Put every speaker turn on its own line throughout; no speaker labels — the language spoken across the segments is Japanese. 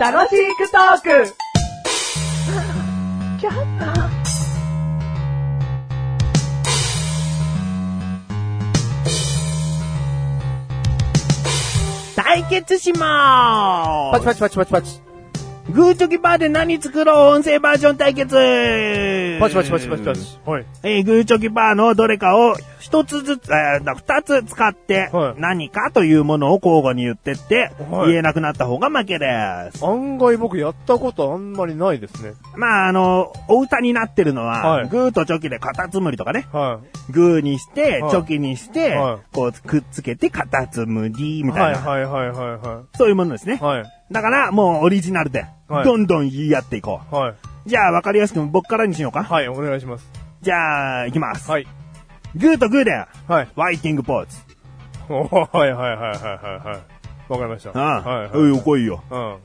楽しくトーク
対決しま
パ
ー
チ
す
パチパチパチパチ。
グーチョキパーで何作ろう音声バージョン対決
パチパチパチパチパチ。はい。
えーグーチョキパーのどれかを一つずつ、えーだ二つ使って
はい、
何かというものを交互に言ってって、
はい
言えなくなった方が負けです。
案外僕やったことあんまりないですね。
まあ、あの、お歌になってるのは、
はい
グーとチョキでカタツムリとかね、
はい。
グーにして、
はい
チョキにして、
はい
こうくっつけてカタツムリみたいな、
はいはいはいは
そういうものですね
い。。はい。
だから、もうオリジナルで、
はい
どんどん言い合っていこ
はい。
う。じゃあ、わかりやすく僕からにしようか。
はい、お願いします。
じゃあ、いきます。
はい。
グーとグーで、
はい。
ワイティングポーズ。
おーはいはいはいはいはいはい。わかりました。
ああ、
はい、
う、
はいい。
来いよ。
うん。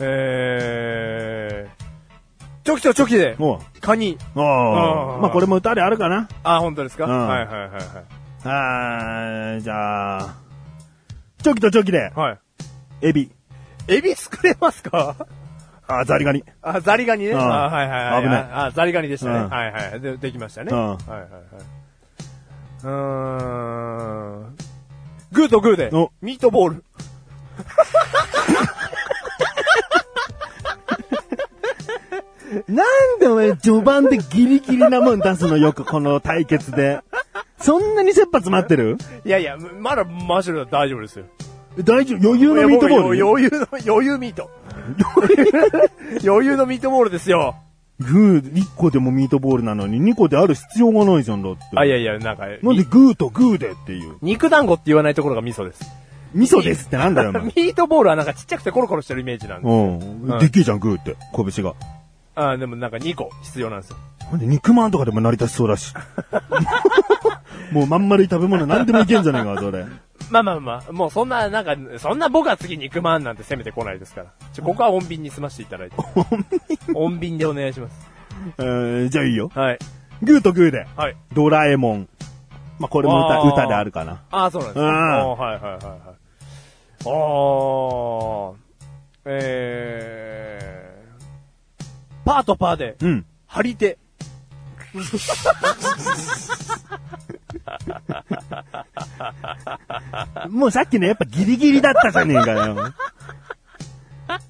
えー、チョキとチョキで、
おう
カニ。
おあ
あー
まあ、これも歌であるかな。
あ、本当ですか、
うん
はいはいはいは
あーじゃあ、チョキとチョキで、
い。はい。
エビ、
エビ作れますか
あーザリガニ。
あ、ザリガニね。
うん
あ、はいはいはい。
危ない
あ、あザリガニでしたね。
うん
はいはい。で、できましたね。
うん
はいはいはい。うーん。グーとグーで
お、
ミートボール。
なんでお前、序盤でギリギリなもん出すのよく、この対決で。そんなに切羽詰まってる
いやいや、まだマシュルは大丈夫ですよ。
大丈夫余裕のミートボー
いや
ル
僕余裕の、余裕ミー ト。余裕のミートボールですよ。
グー、1個でもミートボールなのに、2個である必要がないじゃん、だって。
あ、いやいや、なんか、
なんで
に
グーとグーでっていう。
肉団子って言わないところがミソです。
味噌ですってなんだよ、お前
ミートボールはなんかちっちゃくてコロコロしてるイメージなんで。
うん。
ん
でっけえじゃん、グーって。拳が。
あでもなんか2個必要なんですよ。
ほんで、肉まんとかでも成り立ちそうだ し。もうまん丸い食べ物何でもいけんじゃねえか、 それ。
まあまあまあ、もうそんな、なんか、そんな僕は次肉まんなんて攻めてこないですから。ちょここは穏便に済ませていただ いて。穏便でお願いします。
えー、じゃあいいよ。
はい。
グーとグーで。
はい。
ドラえもん。まあ、これも
あー
歌、歌であるかな。
ああ、そうなんですね。
うん
ああはいはいはいはい。ああ、えー、パーとパーで、
うん。
張り手。
もうさっきのやっぱギリギリだったじゃねえかよ。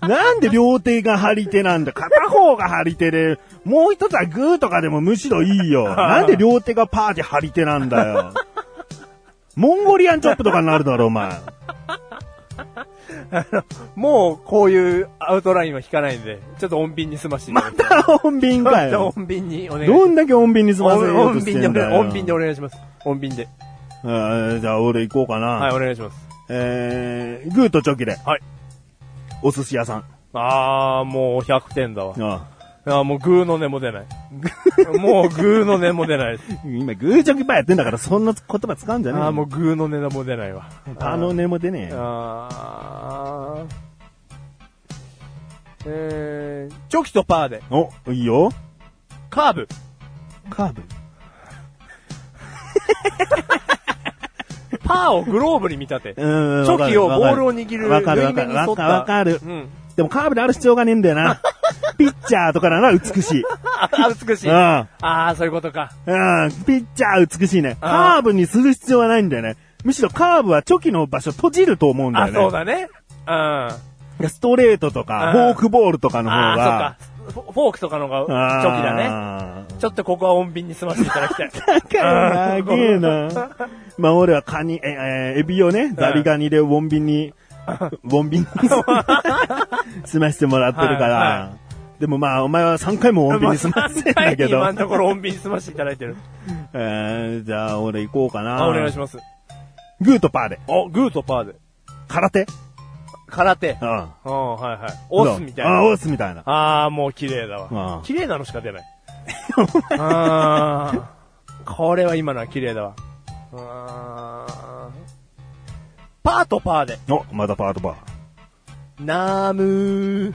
なんで両手が張り手なんだ片方が張り手で、もう一つはグーとかでもむしろいい よ。なんで両手がパーで張り手なんだよ。モンゴリアンチョップとかになるだろ、お前。
もう、こういうアウトラインは引かないんで、ちょっと穏便に済ましていただいて。
穏便か
ち
よ
ょ っ。と穏便にお願いします。
どんだけ穏便に済ませようと
穏
し
便
てん
でお
だ
願い、
よ。
穏便でお願いします。穏便で。
あーじゃあ、俺行こうかな。
はい、お願いします。
えー、グーとチョキで。
はい。
お寿司屋さん。
あー、もう100点だわ。
あ
あー、もうグーの根も出ない。もうグーの根も出ないです。
あ今、グーチョキパーやってんだから、そんな言葉使うんじゃねえよ
あー、もうグーの根も出ないわ。
あの根も出ねえよ。
あー。えー、チョキとパーで、
お、いいよ。
カーブ。
カーブ。
パーをグローブに見立て。チ
うん。
ョキをボールを握る。
わかるわ
縫い
か
目
る。
に沿
わ
った
かるわかる
う。ん。
でもカーブである必要がねえんだよ な。ピッチャーとかなら美しい。
あ、美し
う
い。あ
ん。
あー、そういうことか。
うん。ピッチャー美しいね。
あー
カーブにする必要はないんだよね。むしろカーブはチョキの場所閉じると思うんだよ
あ、
ね。
そうだね。うん。あ
ストレートとか、
あ
フ
ー
ォークボールとかの方
あ
が。
ー、そっか。フォフォークとかの方が、チョキだね。
ね。
ちょっとここは穏便に済ませていただきたい。
高いな、げえな。まあ俺はカニ、え、えーエビをね、ザリガニでウォンビン に、ウォンビンに済ましてもらってるか
はい
ら。でもまあお前は3回もウォンビンに済ませてんだけど。
今のところ穏便に済ませていただいてる。
えーじゃあ俺行こうかな。
あ、お願いします。
グーとパーで。
お、グーとパーで。
空手
空手。
うん。
うん、はいはい。押すみたい
あ、
な。
オスみたいな。
あー、もう綺麗だ
あ
わ
ー。
綺麗なのし か出ない。あーこれは今のは綺麗だわ。あーパーとパーで。
お、またパートパー。
ナーム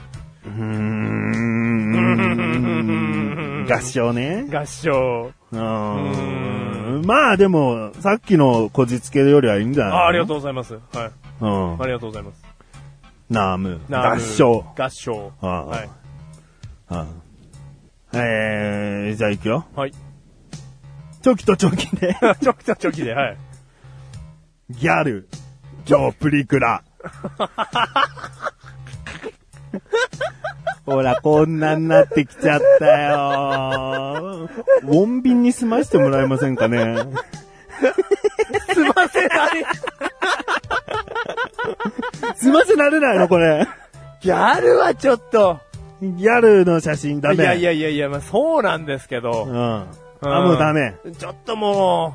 うーん。合唱ね。
ー合唱。
うーんまあでも、さっきのこじつけよりはいいんじゃない
あーありがと
う。
うございます。はい。
うん
あ。りがとうございます。
ナーム。
な
合唱。。
合唱。
ああ
はい。
うんえー、じゃあ行くよ。
はい。
チ ョキとチョキで。
ちょきちょきちょきで、はい。
ギャル、ジョープリク ラ。ほら、こんなになってきちゃったよ。穏便に済ましてもらえませんかね。
すませない。
済ませられないの、これ。
ギャルはちょっと。
ギャルの写真ダメ。
いやいやいやいや、まあ、そうなんですけ
う
ど。
ん。あ、もうダメ。
メ。ちょっとも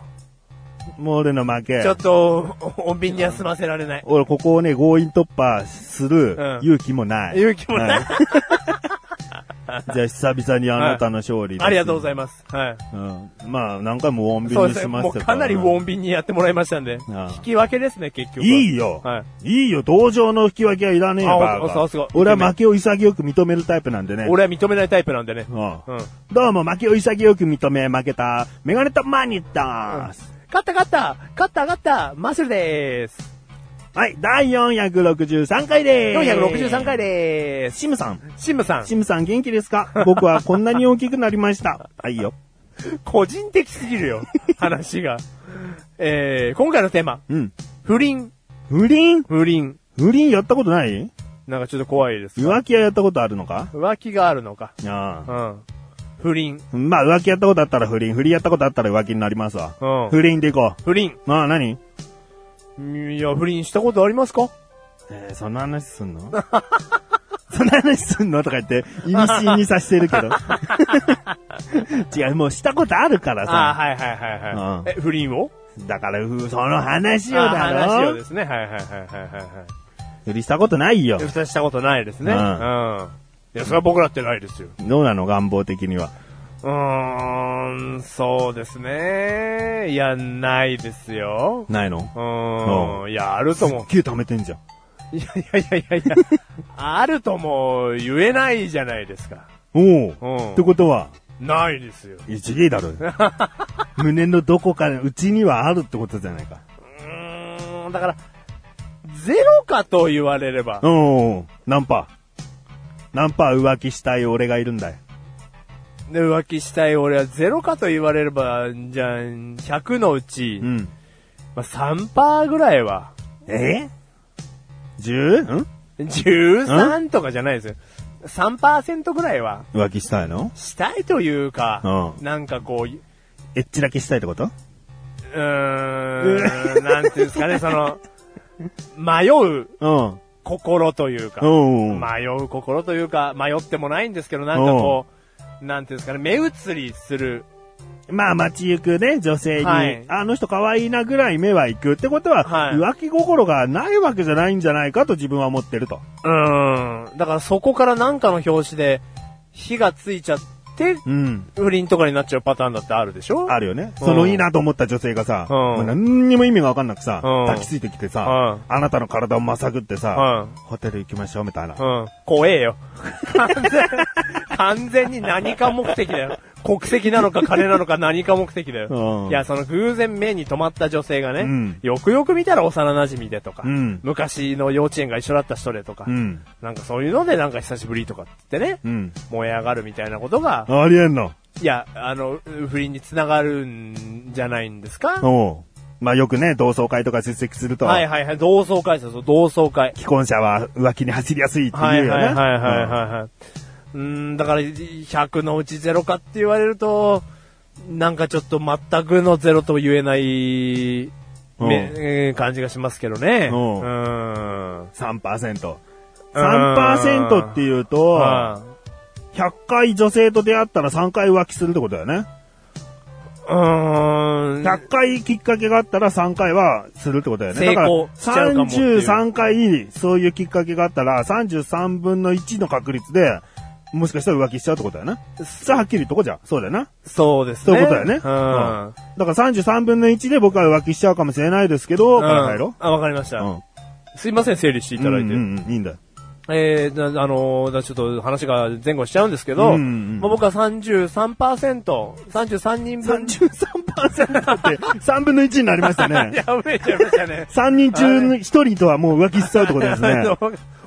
もう俺の負け
う、ちょ。っと、お穏便には済ませられない。
俺、ここをね、強引突破する
うん
勇気もない。
勇気もな
は
い
い。 じゃあ、久々にあなたの勝利です。
ありがとうございます。はい。
うんまあ、何回も穏
そう
便に
ですね。
しま
も
し
う
た
かなり
穏
穏便にやってもらいましたんで。
ああ
引き分けですね、結局は。
いいよ、。
はい
いよ、同情の引き分けはいらねえ
あ
バー
お
ガ
さすが
ー俺は負けを潔く認めるタイプなんでね。
俺は認めないタイプなんでね
う。ん
うん。
どうも、負けを潔く認め、負けた、メガネとマニターズ。
勝った勝った勝った勝ったマッスルでーす
はい、第463回でーす。
!463 回でーす
シムさん。
シムさん、
シムさん元気ですか僕はこんなに大きくなりま した。あ、いいよ。
個人的すぎるよ。話が。えー、今回のテーマ、
うん。
不倫。
不倫
不倫。
不倫やったことない
なんかちょっと怖いです。
浮気はやったことあるのか
浮気があるのか。
あ
う
あ。
ん。不倫。
まあ浮気やったことあったら不倫、不倫やったことあったら浮気になりますわ。
うん。
不倫でいこ
不倫。
う。まあ何
いや、不倫したことありますか
えー、そんな話すんの そんな話すんのとか言って、意味深にさしてるけ ど。違う、もうしたことあるから
ああ、
さ。
はいはいはいは
うん
い。え、不倫を
だから、ふその話を
あー
だ
話を
ろ
ですね。はいはいはいはいはいはい。
不倫したことないよ
で。蓋したことないですね。
う
うんん。いや、それは僕だってないですよ。
どうなの願望的には。
うーん、そうですね。いや、ないですよ。
ないの
うー、
うん
いや、あるとも。
すっげえ貯めてんじゃん。
いやいやいやいやいや、あるとも言えないじゃないですか。
おお。
うん
って。ことは、
ないですよ。
一芸だろ。胸のどこかのうちにはあるってことじゃないか。
うーん、だから、ゼロかと言われれば、
おお。何パー何パー浮気したい俺がいるんだよ。
で浮気したい俺はゼロかと言われれば、じゃあ、100のうち
う、ん。
まあ、3%ぐらいは、
え ?10? ん
13とかじゃないですよ。3%ぐらいは、
浮気したいの
したいというか、
う
なんかこう、う
エッチだけしたいってこと
ーん、なんていうんです かね、その、迷う
うん。
心というか、
うん。
迷う心というか、迷ってもないんですけど、なんかこう、なんていうんですかね、目移りする。
まあ街行くね、女性に、
はい
あの人可愛いなぐらい目は行くってことは、
はい
浮気心がないわけじゃないんじゃないかと自分は思ってると。
うーん、だからそこからなんかの表紙で火がついちゃって、
うん。
不倫とかになっちゃうパターンだってあるでしょ
あるよね。
うん
そのいいなと思った女性がさ、
うん
もう何にも意味がわかんなくさ、
うん
抱きついてきてさ、
うん
あなたの体をまさぐってさ、
うん。
ホテル行きましょうみたいな。
うん。怖えよ。 完全、完全に何か目的だよ。国籍なのか金なのか何か目的だよ。
うん
いや、その偶然目に留まった女性がね、
うん
よくよく見たら幼馴染でとか、
うん
昔の幼稚園が一緒だった人でとか、
うん。
なんかそういうのでなんか久しぶりとかってね、
うん。
燃え上がるみたいなことが、
ありえんの。
いや、あの、不倫につながるんじゃないんですか、
おうまあよくね、同窓会とか出席すると、
はいはいはい、同窓会ですよ、同窓会。
既婚者は浮気に走りやすいって
は
いう
い
よ
はい
ね。
はいはいはい
うん
はい。うーん、だから、100のうち0かって言われると、なんかちょっと全くのゼロと言えない、め
うん
えー感じがしますけどね。
う
うんん。うん。
3%。
ん
3%っていうと、
あ
100回女性と出会ったら3回浮気するってことだよね。
うーん。
100回きっかけがあったら3回はするってことだよね。
成功しち
だか
ゃうからもっていう
33回そういうきっかけがあったら33分の1の確率でもしかしたら浮気しちゃうってことだよね。それはっきり言っとこじゃ。そうだよな。
そうですね。
そういうことだよね。
うん。
うんだから33分の1で僕は浮気しちゃうかもしれないですけど、から入ろ
あ、わかりまし
う。
た。すいません、整理していただいて。
うんうんうんいいんだよ。
えー、なあのー、だちょっと話が前後しちゃうんですけど、
うんうん
まあ、僕は33%、33人分。
33%って3分の1になりましたね。
やべえ、やべえやべえ。
3人中の1人とはもう浮気しちゃうってことですね。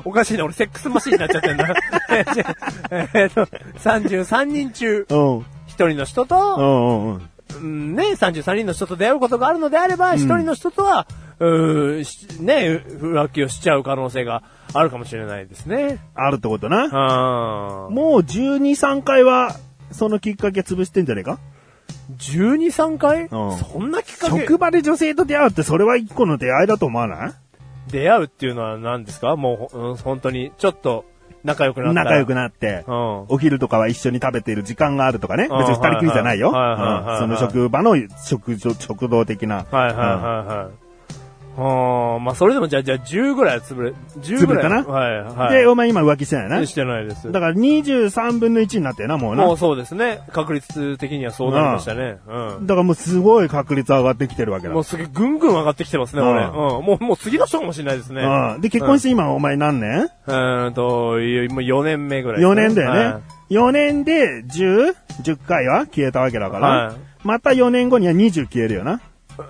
おかしいな、俺セックスマシンになっちゃってんだ。えっと、33人中、
うん。うん
1人の人と、
うんうん。
うん、ね、33人の人と出会うことがあるのであれば、1人の人とは、うーしね、浮気をしちゃう可能性があるかもしれないですね。
あるってことな。
あー
もう12、3回は、そのきっかけ潰してんじゃねえか
12、3回、
ん
そんなきっかけ
職場で女性と出会うってそれは一個の出会いだと思わない
出会うっていうのは何ですかもうほ、うん本当に、ちょっと仲良くなったら。
仲良く
な
なって、
うん。
お昼とかは一緒に食べてる時間があるとかね。別
うん
に二人きりじゃないよ。う
はいはいはいはい
んその職場の食、食堂的な。
はいはいはいはい。うん、まあそれでもじゃあ、じゃあ10ぐらいは潰れ、10ぐらい。
潰れたな
はいはい。
で、お前今浮気してないな。
してないです。
だから23分の1になってよな、もうな。
もうそうですね。確率的にはそうなりましたね。うん。
だからもうすごい確率上がってきてるわけだ。
もうすげえ、ぐんぐん上がってきてますね、
うん
俺。うん。もう、もう次の人かもしれないですね。
うん。で、結婚して今お前何年
うーんと、いもう4年目ぐらいですね。
?4 年だよ
は
ね。4年で 10?10 回は消えたわけだか
はい
ら。また4年後には20消えるよな。
い。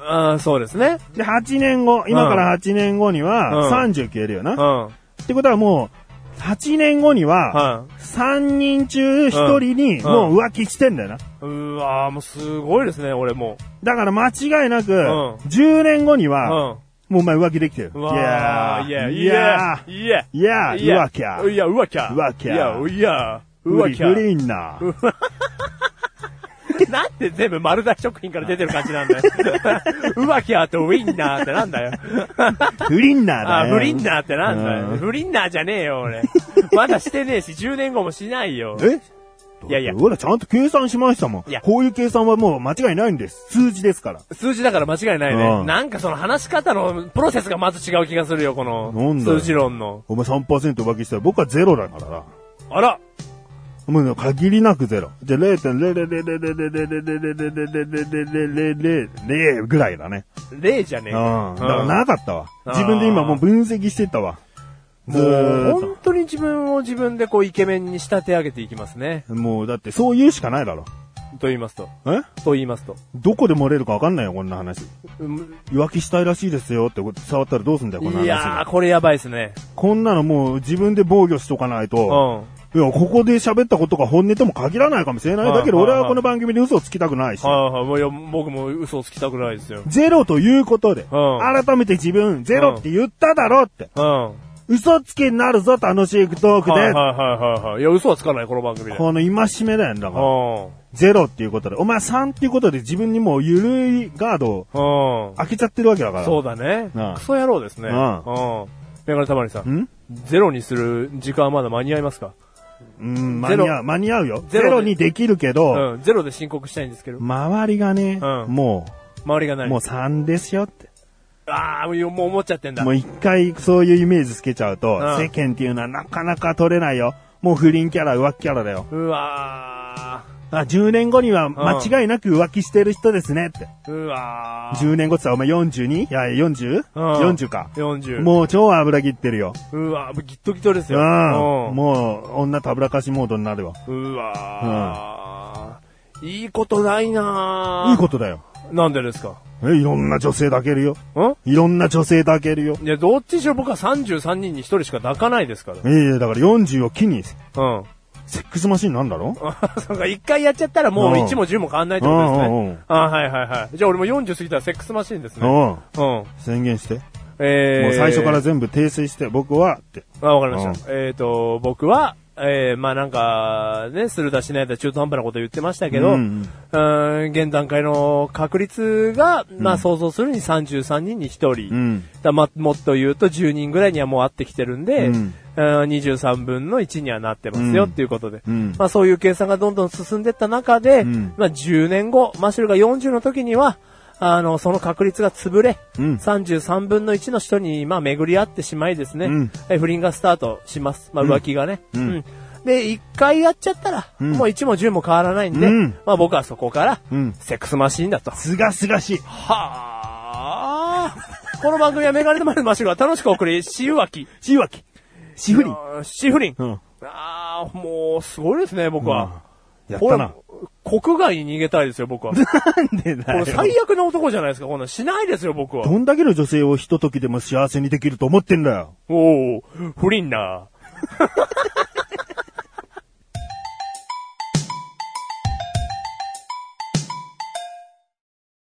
あーそうですね。
で、8年後、今から8年後に
う
は
ん
30消えるよ
うん。
な。っ
は
てことはもう、8年後には、
い。
3人中1人にもう浮気してんだよな。
うわーもうすごいですね、俺も
だから間違いなく、
ん
10年後に
う。う
は、
ん。
もうお前浮気できてる。
うわー
い
い
や
や、
ー
い
いや
や、いや、
ーいやー
いや
浮気や。
いや、うわきゃ。
うわきゃ
いや、うや、う
グ
わ
リ
きゃ
グ。リーンな。
なんで全部丸大食品から出てる感 じなんだよ。うわきゃとウィンナーってなんだよ。
グリーンな
あ、
だね。
フリンナーってなんだよ
う。ん
フリンナーじゃねえよ、俺。まだしてねえし、10年後もしないよ。
え
いやいや
ほら、ちゃんと計算しましたもん
いや。
こういう計算はもう間違いないんです。数字ですから。
数字だから間違いないね。
うん
なんかその話し方のプロセスがまず違う気がするよ、この
なんだよ
数字論の。
お前3%浮気したら僕はゼロだからな。
あら
もう限りなくゼロ。じゃあ0.00000000000ぐらいだね。
例じゃ
う
ね
ん。
え
だ
か。
からなかったわ。自分で今もう分析してったわ。ず
もう
ーっ
本当に自分を自分でこうイケメンに仕立て上げていきますね。
と。もうだってそう言うしかないだろ。
と言いますと。
え
と言いますと。
どこで漏れるかわかんないよ、こんな話。
うん
浮気したいらしいですよって触ったらどうすんだよ、こんない話。
やー、これやばいですね。
こんなのもう自分で防御しとかない
うん。
と、
はい
や、ここで喋ったことが本音とも限らないかもしれない。
はい
だけど
はい
俺はこの番組で嘘をつきたくないし
い、はい。もういや僕も嘘をつきたくないですよ。
ゼロということで、
うん
改めて自分、ゼロって言っただろって、
うん。は
嘘つきになるぞ、楽しいトー
い
ク
はい
で。
はいはい。いや、嘘はつかない、この番組で。
この戒めだよ、だ
う
から。
ん。
ゼロっていうことで、お前3っていうことで自分にもう緩いガードを
うん。
開けちゃってるわけだから。
そうだね
うん。
クソ野郎ですね。
う
うんん。メガネたまりさん。
ん
ゼロにする時間はまだ間に合いますか
うん、間
ゼロ
に合う、間に合うよ。ゼ
ゼロ
ロにできるけど、
うん。ゼロで申告したいんですけど。
周りがね、
うん
も
周りが
う、
何
もう3ですよって。
あー、もうもう思っちゃってんだ。
も
は
う
い
一回そういうイメージつけちゃうと、
うん
世間っていうのはなかなか取れないよ。もう不倫キャラ、浮気キャラだよ。
うわ
あ、10年後には間違いなく浮気してる人ですねって。
ー。うわー。
10年後ってさ、お前 42? いや、40?40、
うん
40か。
40。
もう超油切ってるよ。
うわぁ、ギットギトです
うん
よ。。うん
もう、女たぶらかしモードになるわ。
うわぁ、いいことないない
いことだよ。
と。なんでですか
え、いろんな女性抱けるよ。
ん
いろんな女性抱けるよ。
いや、どっちにしろ僕は33人に1人しか抱かないですから。
ええ、だから40を機に、
うん。
セックスマシンなんだろ
あそうか、一回やっちゃったらもう1も10も変わんないってことです
うんうんう
ね
ん。
あはいはいはい。じゃあ俺も40過ぎたらセックスマシーンですね。
うん。
うん。
宣言して。
えー、
もう最初から全部訂正して、僕は、って。
あ、わかりました。えっ、と、僕は、えー、まあなんか、ね、するだしないだ中途半端なこと言ってましたけど、
う
うんん、現段階の確率が、まあ想像するに33人に1人。
うん。
だま、もっと言うと10人ぐらいにはもう会ってきてるんで、
う
うんん、23分の1にはなってますよっていうことで、
うん
まあそういう計算がどんどん進んでった中で、
うん
まあ10年後、マシュルが40の時には、あの、その確率が潰れ、
うん
33分の1の人に、まあ、巡り合ってしまいですね、
うん
え不倫がスタートします。まあ、浮気がね。
ん
うんで、一回やっちゃったら、
うん
もう1も10も変わらないんで、
うん
まあ僕はそこから、
うん
セックスマシーンだと。
すがすがしい。
はあ。この番組はメガネとマネのマシュルが楽しくお送り、しゆわき。
しいわけ。シフリン。
あーシフリン。
うん。
ああ、もう、すごいですね、僕は。
やっ
これ
たな。
国外に逃げたいです よ、僕は。こ
なんでだ
れ
よ。
最悪な男じゃないですか、こんなんしないですよ、僕は。
どんだけの女性をひと時でも幸せにできると思ってんだよ。
おお、不倫な。